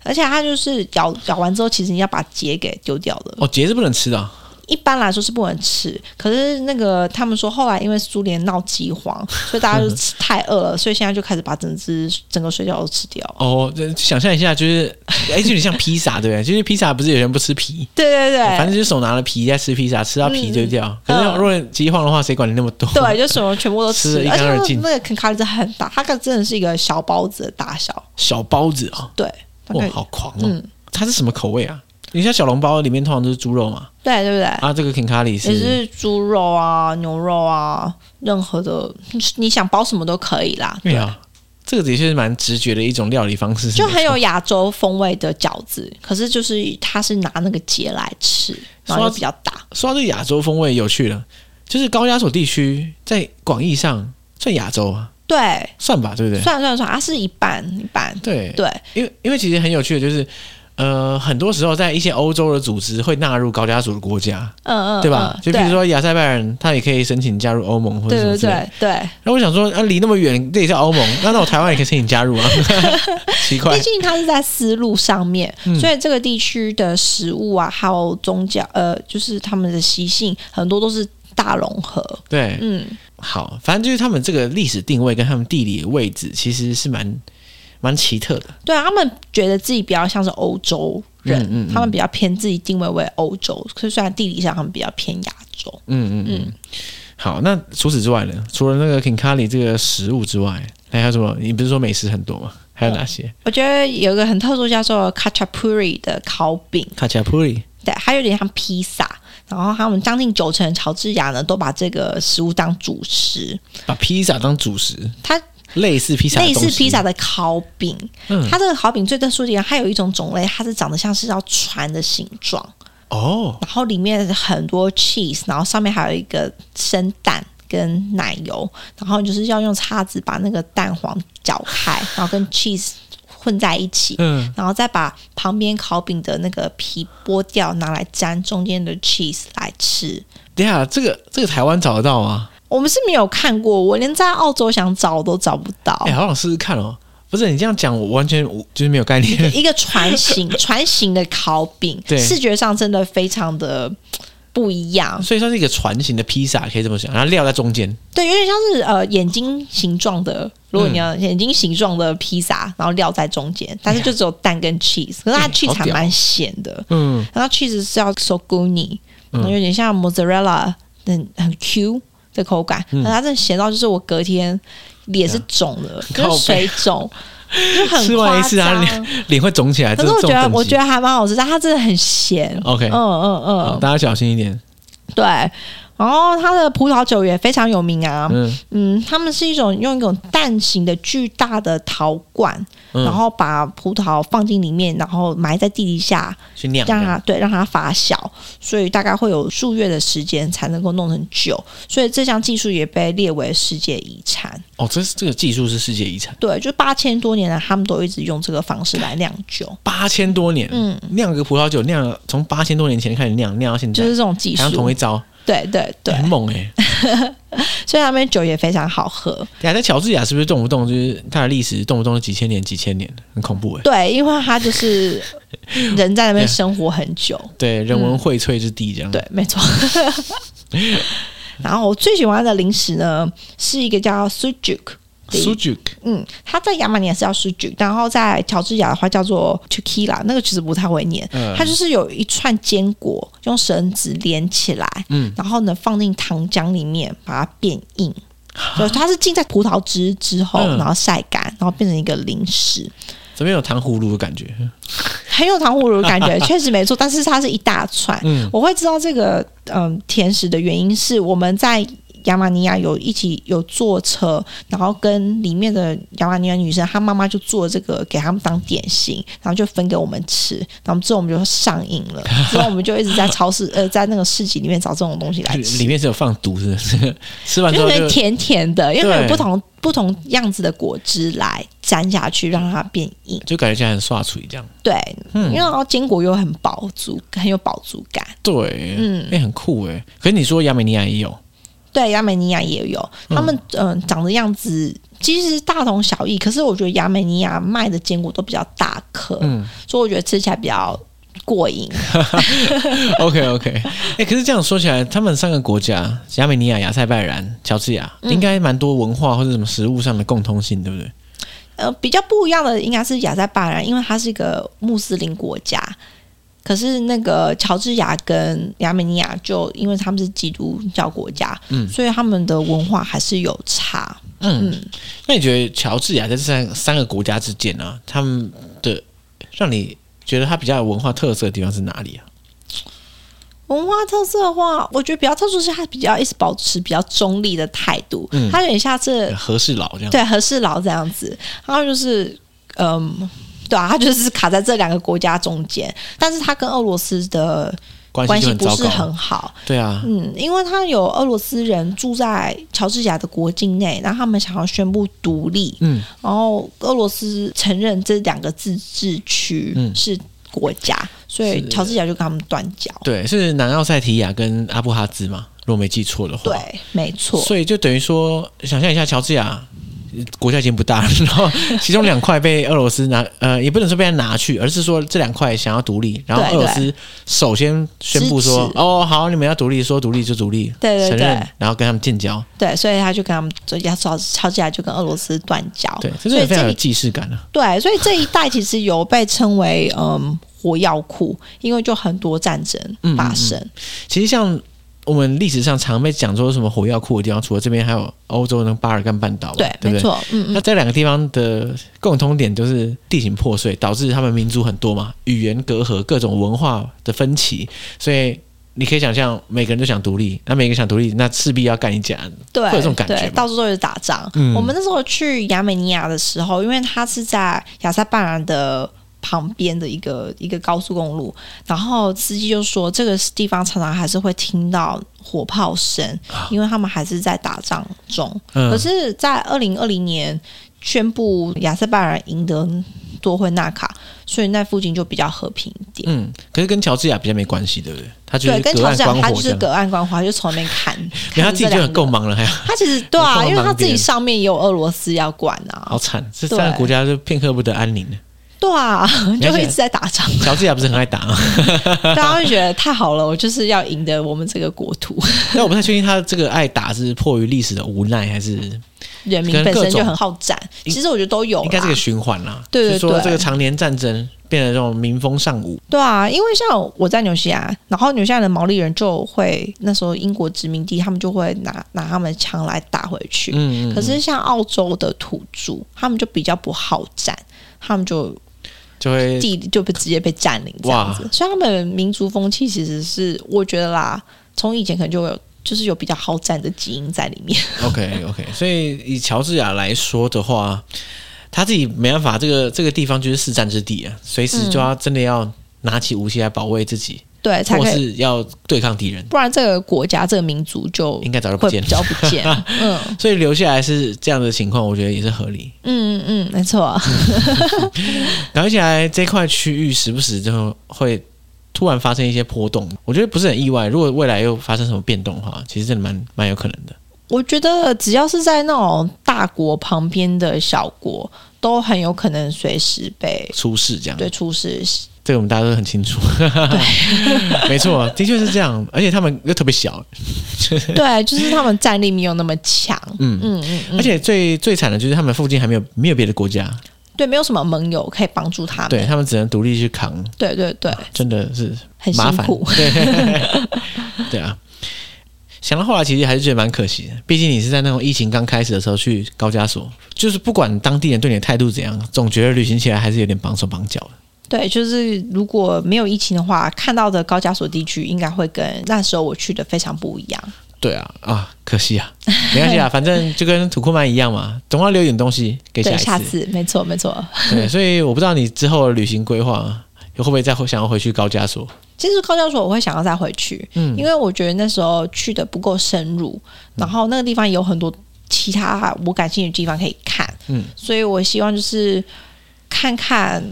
Speaker 2: 而且它就是咬咬完之后，其实你要把节给丢掉的。
Speaker 1: 哦！节是不能吃的啊、
Speaker 2: 一般来说是不能吃，可是那个他们说后来因为苏联闹饥荒，所以大家就吃太饿了，所以现在就开始把整只整个水饺都吃掉。
Speaker 1: 哦。这想象一下，就是 哎，就有点像披萨，对不对？就是披萨不是有人不吃皮，
Speaker 2: 对对对，
Speaker 1: 反正就是手拿了皮在吃披萨，吃到皮就掉。可是
Speaker 2: 嗯
Speaker 1: 如果饥荒的话，谁管你那么多？
Speaker 2: 对，就什么全部都
Speaker 1: 吃
Speaker 2: 吃，
Speaker 1: 得一
Speaker 2: 而
Speaker 1: 干二
Speaker 2: 且
Speaker 1: 净
Speaker 2: 那个肯卡里真的很大，它可真的是一个小包子的大小，
Speaker 1: 小包子啊、
Speaker 2: 对，大
Speaker 1: 哇
Speaker 2: 概，
Speaker 1: 好狂哦！
Speaker 2: 嗯，
Speaker 1: 它是什么口味啊？你像小笼包里面通常都是猪肉嘛，
Speaker 2: 对对不对？
Speaker 1: 啊，这个 kinkali
Speaker 2: 也
Speaker 1: 是
Speaker 2: 是猪肉啊、牛肉啊，任何的 你想包什么都可以啦，
Speaker 1: 对啊，这个的确是蛮直觉的一种料理方式，
Speaker 2: 就很有
Speaker 1: 没错。
Speaker 2: 亚洲风味的饺子。可是就是它是拿那个节来吃，然
Speaker 1: 说
Speaker 2: 后又
Speaker 1: 到
Speaker 2: 比较大。
Speaker 1: 说到这个亚洲风味有趣了，就是高加索地区在广义上算亚洲啊，
Speaker 2: 对，
Speaker 1: 算吧，对不对？
Speaker 2: 算了算了算了，它是一半一半。
Speaker 1: 对，
Speaker 2: 对，
Speaker 1: 因为因为其实很有趣的就是。呃，很多时候在一些欧洲的组织会纳入高加索的国家，
Speaker 2: 嗯嗯，
Speaker 1: 对吧？
Speaker 2: 嗯
Speaker 1: 就比如，说亚塞拜然，他也可以申请加入欧盟或者
Speaker 2: 对
Speaker 1: 什么
Speaker 2: 对对
Speaker 1: 之类的。
Speaker 2: 对对，
Speaker 1: 那我想说，啊，离那么远，这也叫欧盟，那那我台湾也可以申请加 入啊，奇怪
Speaker 2: 毕。竟它是在丝路上面，
Speaker 1: 嗯
Speaker 2: 所以这个地区的食物啊，还有宗教，呃，就是他们的习性，很多都是大融合。
Speaker 1: 对，
Speaker 2: 嗯，
Speaker 1: 好，反正就是他们这个历史定位跟他们地理位置其实是蛮蛮奇特的。
Speaker 2: 对啊，他们觉得自己比较像是欧洲人，
Speaker 1: 嗯嗯嗯
Speaker 2: 他们比较偏自己定位为欧洲，可是虽然地理上他们比较偏亚洲。
Speaker 1: 嗯嗯嗯。好，那除此之外呢？除了那个 kinkali 这个食物之外，还有什么？你不是说美食很多吗？还有
Speaker 2: 嗯
Speaker 1: 哪些？
Speaker 2: 我觉得有一个很特殊叫做 kachapuri 的烤饼，
Speaker 1: 卡恰普里。
Speaker 2: 对，它有点像披萨。然后他们将近九成的乔治亚呢，都把这个食物当主食，
Speaker 1: 把披萨当主食，
Speaker 2: 它
Speaker 1: 类似披萨，
Speaker 2: 类似披萨，的烤饼。
Speaker 1: 嗯，
Speaker 2: 它这个烤饼最特殊的地方，它有一种种类，它是长得像是要船的形状，
Speaker 1: 哦，
Speaker 2: 然后里面很多 cheese，然后上面还有一个生蛋跟奶油，然后就是要用叉子把那个蛋黄搅开，然后跟 cheese 混在一起，
Speaker 1: 嗯，
Speaker 2: 然后再把旁边烤饼的那个皮剥掉，拿来沾中间的 cheese 来吃。
Speaker 1: 等一下这个这个台湾找得到吗？
Speaker 2: 我们是没有看过，我连在澳洲想找都找不到。
Speaker 1: 哎、好想试试看哦。不是你这样讲，我完全我就是没有概念。
Speaker 2: 一个船型 船型的烤饼，
Speaker 1: 对
Speaker 2: 视觉上真的非常的不一样，
Speaker 1: 所以算是一个船型的披萨，可以这么想。然后料在中间，
Speaker 2: 对，有点像是呃眼睛形状的，
Speaker 1: 嗯
Speaker 2: 如果你要眼睛形状的披萨，然后料在中间，但是就只有蛋跟 cheese，可是它
Speaker 1: 哎嗯
Speaker 2: cheese
Speaker 1: 好
Speaker 2: 还
Speaker 1: 屌
Speaker 2: 蛮咸的，
Speaker 1: 嗯，
Speaker 2: 然后 cheese 是要 soguni，然后有点像 mozzarella，很很 Q 的口感，
Speaker 1: 嗯
Speaker 2: 然后它真的咸到就是我隔天脸是肿的，
Speaker 1: 啊靠
Speaker 2: 就是水 肿，
Speaker 1: 吃
Speaker 2: 就很
Speaker 1: 完
Speaker 2: 夸
Speaker 1: 一次啊
Speaker 2: 张。
Speaker 1: 脸会肿起来。
Speaker 2: 可
Speaker 1: 这
Speaker 2: 是我
Speaker 1: 这
Speaker 2: 觉
Speaker 1: 种
Speaker 2: 得
Speaker 1: 等，级哦
Speaker 2: 我觉得还蛮好吃，但它真的很咸。
Speaker 1: OK，
Speaker 2: 嗯嗯
Speaker 1: 好
Speaker 2: 嗯，
Speaker 1: 大家小心一点。
Speaker 2: 对。然后它的葡萄酒也非常有名啊，
Speaker 1: 嗯
Speaker 2: 嗯，他们是一种用一种蛋形的巨大的陶罐，
Speaker 1: 嗯，
Speaker 2: 然后把葡萄放进里面，然后埋在地底下，
Speaker 1: 去酿
Speaker 2: 让它对让它发酵，所以大概会有数月的时间才能够弄成酒，所以这项技术也被列为世界遗产。
Speaker 1: 哦，这是这个技术是世界遗产，
Speaker 2: 对，就八千多年来，他们都一直用这个方式来酿酒，
Speaker 1: 八千多年，
Speaker 2: 嗯，
Speaker 1: 酿个葡萄酒酿了，从八千多年前开始酿，酿到现在，
Speaker 2: 就是这种技
Speaker 1: 好像同
Speaker 2: 术
Speaker 1: 一。招，
Speaker 2: 对对对，
Speaker 1: 很猛哎。
Speaker 2: 所以他们酒也非常好喝。
Speaker 1: 等一下在乔治亚是不是动不动就是它的历史动不动就几千年几千年，很恐怖哎。
Speaker 2: 对，因为它就是人在那 边生活很久。
Speaker 1: 对，人文荟萃之地这样。
Speaker 2: 对，没错。 然后我最喜欢的零食呢，是一个叫 sujuk。
Speaker 1: ，sujuk
Speaker 2: 嗯，它在亚美尼亚是叫 sujuk，然后在乔治亚的话叫做 chukila，那个其实不太会念。
Speaker 1: 嗯
Speaker 2: 它就是有一串坚果，用绳子连起来，
Speaker 1: 嗯
Speaker 2: 然后呢放进糖浆里面，把它变硬。就它是浸在葡萄汁之后，
Speaker 1: 嗯
Speaker 2: 然后晒干，然后变成一个零食，
Speaker 1: 怎么有糖葫芦的感觉？
Speaker 2: 很有糖葫芦的感 觉，确实没错。但是它是一大串，
Speaker 1: 嗯
Speaker 2: 我会知道这个嗯甜食的原因是我们在亚马尼亚有一起有坐车，然后跟里面的亚马尼亚女生，她妈妈就做这个给他们当点心，然后就分给我们吃，然后之后我们 就上瘾了，之后我们就一直在超市呃在那个市集里面找这种东西来
Speaker 1: 里
Speaker 2: 吃，
Speaker 1: 里面是有放毒是不是？ 吃完之
Speaker 2: 就
Speaker 1: 后
Speaker 2: 是
Speaker 1: 就
Speaker 2: 甜甜的，因为它有
Speaker 1: 对
Speaker 2: 不同不同样子的果汁来沾下去，让它变硬，
Speaker 1: 就感觉起来很刷嘴这样。
Speaker 2: 对，
Speaker 1: 嗯
Speaker 2: 因为然后坚果又很饱足，很有饱足感，
Speaker 1: 对，
Speaker 2: 嗯
Speaker 1: 欸哎、很酷哎。可是你说亚美尼亚也有，
Speaker 2: 对，亚美尼亚也有，他们嗯、呃长的样子其实大同小异，可是我觉得亚美尼亚卖的坚果都比较大颗，
Speaker 1: 嗯
Speaker 2: 所以我觉得吃起来比较过瘾。
Speaker 1: ，OK OK，哎、可是这样说起来，他们三个国家，亚美尼亚、亚塞拜然、乔治亚，应该蛮多文化或者什么食物上的共通性，对不对？
Speaker 2: 呃，比较不一样的应该是亚塞拜然，因为它是一个穆斯林国家。可是那个乔治亚跟亚美尼亚就因为他们是基督教国家，
Speaker 1: 嗯
Speaker 2: 所以他们的文化还是有差。
Speaker 1: 嗯，那你觉得乔治亚在这三三个国家之间呢、啊，他们的让你觉得它比较有文化特色的地方是哪里啊？
Speaker 2: 文化特色的话，我觉得比较特殊是它比较一直保持比较中立的态度，
Speaker 1: 嗯
Speaker 2: 它有点像是
Speaker 1: 和事佬这样，
Speaker 2: 呃对和事佬这样子，然后就是嗯。对啊，它就是卡在这两个国家中间，但是它跟俄罗斯的
Speaker 1: 关
Speaker 2: 关
Speaker 1: 系就
Speaker 2: 系
Speaker 1: 很糟
Speaker 2: 不是
Speaker 1: 糕。
Speaker 2: 很好，
Speaker 1: 对啊，
Speaker 2: 嗯，因为他有俄罗斯人住在乔治亚的国境内，然后他们想要宣布独立，
Speaker 1: 嗯，
Speaker 2: 然后俄罗斯承认这两个自治区
Speaker 1: 嗯
Speaker 2: 是国家，所以
Speaker 1: 是
Speaker 2: 乔治亚就跟他们断交。
Speaker 1: 对，是南奥塞提亚跟阿布哈兹嘛，如果没记错的话。
Speaker 2: 对，没错，
Speaker 1: 所以就等于说，想象一下，乔治亚呃国家已经不大了， 然后其中两块被俄罗斯拿，呃，也不能说被他拿去，而是说这两块想要独立，然后
Speaker 2: 对
Speaker 1: 俄罗斯首先宣布说
Speaker 2: 支，持
Speaker 1: 哦，好，你们要独立，说独立就独立，
Speaker 2: 对对
Speaker 1: 承认
Speaker 2: 对，哦
Speaker 1: 然后跟他们建交，
Speaker 2: 对，所以他就跟他们所以乔乔治亚就跟俄罗斯断交。
Speaker 1: 对，这
Speaker 2: 所
Speaker 1: 真
Speaker 2: 以
Speaker 1: 的非常
Speaker 2: 这
Speaker 1: 有
Speaker 2: 一
Speaker 1: 既视感啊。
Speaker 2: 对，所以这一带其实有被称为嗯火药库，因为就很多战争
Speaker 1: 嗯嗯
Speaker 2: 发
Speaker 1: 嗯
Speaker 2: 生。
Speaker 1: 其实像我们历史上常被讲说什么火药库的地方，除了这边还有欧洲的巴尔干半岛嘛，
Speaker 2: 对，
Speaker 1: 对不对？
Speaker 2: 没错，嗯嗯
Speaker 1: 那。这两个地方的共通点就是地形破碎，导致他们民族很多嘛，语言隔阂，各种文化的分歧，所以你可以想象，每个人都想独立，那每个人想独立，那势必要干一架。
Speaker 2: 对，
Speaker 1: 会有这种感觉
Speaker 2: 对
Speaker 1: 吗
Speaker 2: 到处都是打仗。
Speaker 1: 嗯
Speaker 2: 我们那时候去亚美尼亚的时候，因为它是在亚塞拜然的旁边的一个一个高速公路，然后司机就说这个地方常常还是会听到火炮声，
Speaker 1: 啊
Speaker 2: 因为他们还是在打仗中。可
Speaker 1: 嗯，
Speaker 2: 是，在二零二零年宣布亚塞拜然赢得多会纳卡，所以那附近就比较和平一点。
Speaker 1: 嗯，可是跟乔治亚比较没关系，对不对？他嗯就
Speaker 2: 对，
Speaker 1: 是
Speaker 2: 跟
Speaker 1: 隔
Speaker 2: 乔
Speaker 1: 岸
Speaker 2: 治亚
Speaker 1: 观
Speaker 2: 他
Speaker 1: 火
Speaker 2: 就
Speaker 1: 这
Speaker 2: 是
Speaker 1: 样，
Speaker 2: 隔岸观火，他就从那边 看，
Speaker 1: 然后他
Speaker 2: 看
Speaker 1: 自己
Speaker 2: 这
Speaker 1: 就
Speaker 2: 两
Speaker 1: 很
Speaker 2: 个
Speaker 1: 够忙了，还
Speaker 2: 他其实对啊，
Speaker 1: 你干嘛
Speaker 2: 因为他
Speaker 1: 帮
Speaker 2: 自
Speaker 1: 别人
Speaker 2: 己上面也有俄罗斯要管啊，
Speaker 1: 好惨，这三个
Speaker 2: 对
Speaker 1: 国家就片刻不得安宁了。
Speaker 2: 对啊，
Speaker 1: 解
Speaker 2: 就会一直在打仗，
Speaker 1: 乔治亚不是很爱打吗？
Speaker 2: 大家会觉得太好了，我就是要赢得我们这个国 土，
Speaker 1: 但我不太确定他这个爱打是迫于历史的无奈，还是
Speaker 2: 人民
Speaker 1: 跟
Speaker 2: 本
Speaker 1: 各
Speaker 2: 身
Speaker 1: 种
Speaker 2: 就很好战，
Speaker 1: 应
Speaker 2: 其实我觉得都有
Speaker 1: 应该
Speaker 2: 啦
Speaker 1: 这个，循环啦。
Speaker 2: 对对
Speaker 1: 就是说
Speaker 2: 对
Speaker 1: 这个常年战争变得这种民风尚武。
Speaker 2: 对啊，因为像我在纽西兰，然后纽西兰的毛利人就会那时候英国殖民地，他们就会拿拿他们的枪来打回去，
Speaker 1: 嗯，嗯嗯
Speaker 2: 可是像澳洲的土著，他们就比较不好战，他们就
Speaker 1: 就会
Speaker 2: 地就被直接被占领这样子
Speaker 1: 哇。
Speaker 2: 所以他们民族风气其实是，我觉得啦，从以前可能就会有，就是有比较好战的基因在里面。
Speaker 1: OK OK，所以以乔治亚来说的话，他自己没办法，这个这个地方就是四战之地啊，随时就要真的要拿起武器来保卫自己，
Speaker 2: 对，才
Speaker 1: 或
Speaker 2: 可
Speaker 1: 是
Speaker 2: 以，
Speaker 1: 要对抗敌人，
Speaker 2: 不然这个国家这个民族就
Speaker 1: 应该早就不
Speaker 2: 会
Speaker 1: 见
Speaker 2: 比
Speaker 1: 了。
Speaker 2: 较不见。 嗯
Speaker 1: 所以留下来是这样的情况，我觉得也是合理。
Speaker 2: 嗯嗯，没错。
Speaker 1: 聊起来这块区域时不时就会突然发生一些波动，我觉得不是很意外。如果未来又发生什么变动的话，其实真的蛮蛮有可能的。
Speaker 2: 我觉得只要是在那种大国旁边的小国，都很有可能随时被
Speaker 1: 出事这样，
Speaker 2: 对出 事。
Speaker 1: 这个我们大家都很清楚。 没错，的确是这样，而且他们又特别小，
Speaker 2: 对，就是他们战力没有那么强。
Speaker 1: 嗯
Speaker 2: 嗯嗯
Speaker 1: 而
Speaker 2: 嗯，
Speaker 1: 且最最惨的就是他们附近还没有没有别的国家，
Speaker 2: 对，没有什么盟友可以帮助他们。
Speaker 1: 对他们只能独立去扛，
Speaker 2: 对对对，
Speaker 1: 真的是
Speaker 2: 很辛
Speaker 1: 麻烦。
Speaker 2: 苦。
Speaker 1: 对对啊，想到后来其实还是觉得蛮可惜的，毕竟你是在那种疫情刚开始的时候去高加索，就是不管当地人对你的态度怎样，总觉得旅行起来还是有点绑手绑脚的。
Speaker 2: 对，就是如果没有疫情的话，看到的高加索地区应该会跟那时候我去的非常不一样。
Speaker 1: 对啊，啊，可惜啊，没关系啊，反正就跟土库曼一样嘛，总要留点东西给下一
Speaker 2: 对，下次没错没错。
Speaker 1: 对，所以我不知道你之后的旅行规划会不会再想要回去高加索。
Speaker 2: 其实高加索我会想要再回去，
Speaker 1: 嗯
Speaker 2: 因为我觉得那时候去的不够深入，然后那个地方有很多其他我感兴趣的地方可以看，
Speaker 1: 嗯
Speaker 2: 所以我希望就是看看。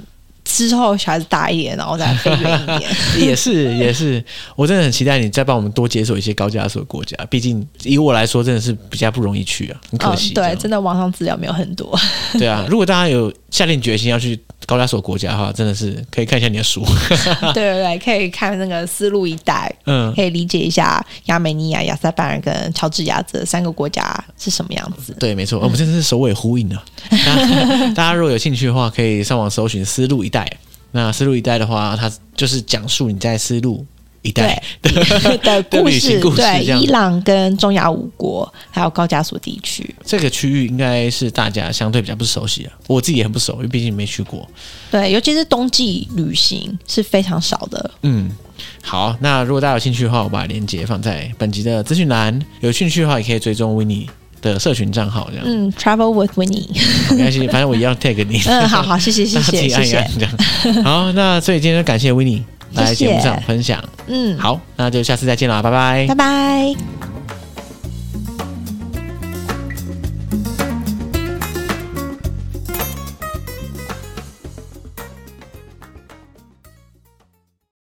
Speaker 2: 之后小孩子大一点，然后再飞远一点。
Speaker 1: 也是也是， 我真的很期待你再帮我们多解锁一些高加索国家，毕竟以我来说真的是比较不容易去啊，很 可惜
Speaker 2: 嗯，
Speaker 1: 这样。
Speaker 2: 对，真的网上资料没有很 多。
Speaker 1: 对啊，如果大家有下定决心要去高加索国家的话，真的是可以看一下你的书。
Speaker 2: 对对对，可以看那个丝路一带，
Speaker 1: 嗯，
Speaker 2: 可以理解一下亚美尼亚、亚塞拜然跟乔治亚这三个国家是什么样子。
Speaker 1: 对，没错，哦我们真的是首尾呼应啊。大 家大家如果有兴趣的话，可以上网搜寻“丝路一带”。那“丝路一带”的话，它就是讲述你在丝路一带。
Speaker 2: 的
Speaker 1: 对
Speaker 2: 故
Speaker 1: 旅行
Speaker 2: 事，
Speaker 1: 故事
Speaker 2: 对
Speaker 1: 这样
Speaker 2: 伊朗跟中亚五国，还有高加索地区，
Speaker 1: 这个区域应该是大家相对比较不熟悉的，啊我自己也很不熟，因为毕竟没去过。
Speaker 2: 对，尤其是冬季旅行是非常少的。
Speaker 1: 嗯，好，那如果大家有兴趣的话，我把链接放在本集的资讯栏，有兴趣的话也可以追踪 w i n n 的社群账号，这样、
Speaker 2: 嗯，Travel with Winnie。
Speaker 1: 没关系，反正我一样 tag 你。
Speaker 2: 嗯，好好，谢谢谢
Speaker 1: 大家自
Speaker 2: 谢
Speaker 1: 己
Speaker 2: 谢
Speaker 1: 按一
Speaker 2: 谢
Speaker 1: 按。这样。好，那所以今天就感谢 w i n n 来节目
Speaker 2: 谢谢
Speaker 1: 上分享。
Speaker 2: 嗯，
Speaker 1: 好，那就下次再见啦，拜拜
Speaker 2: 拜拜。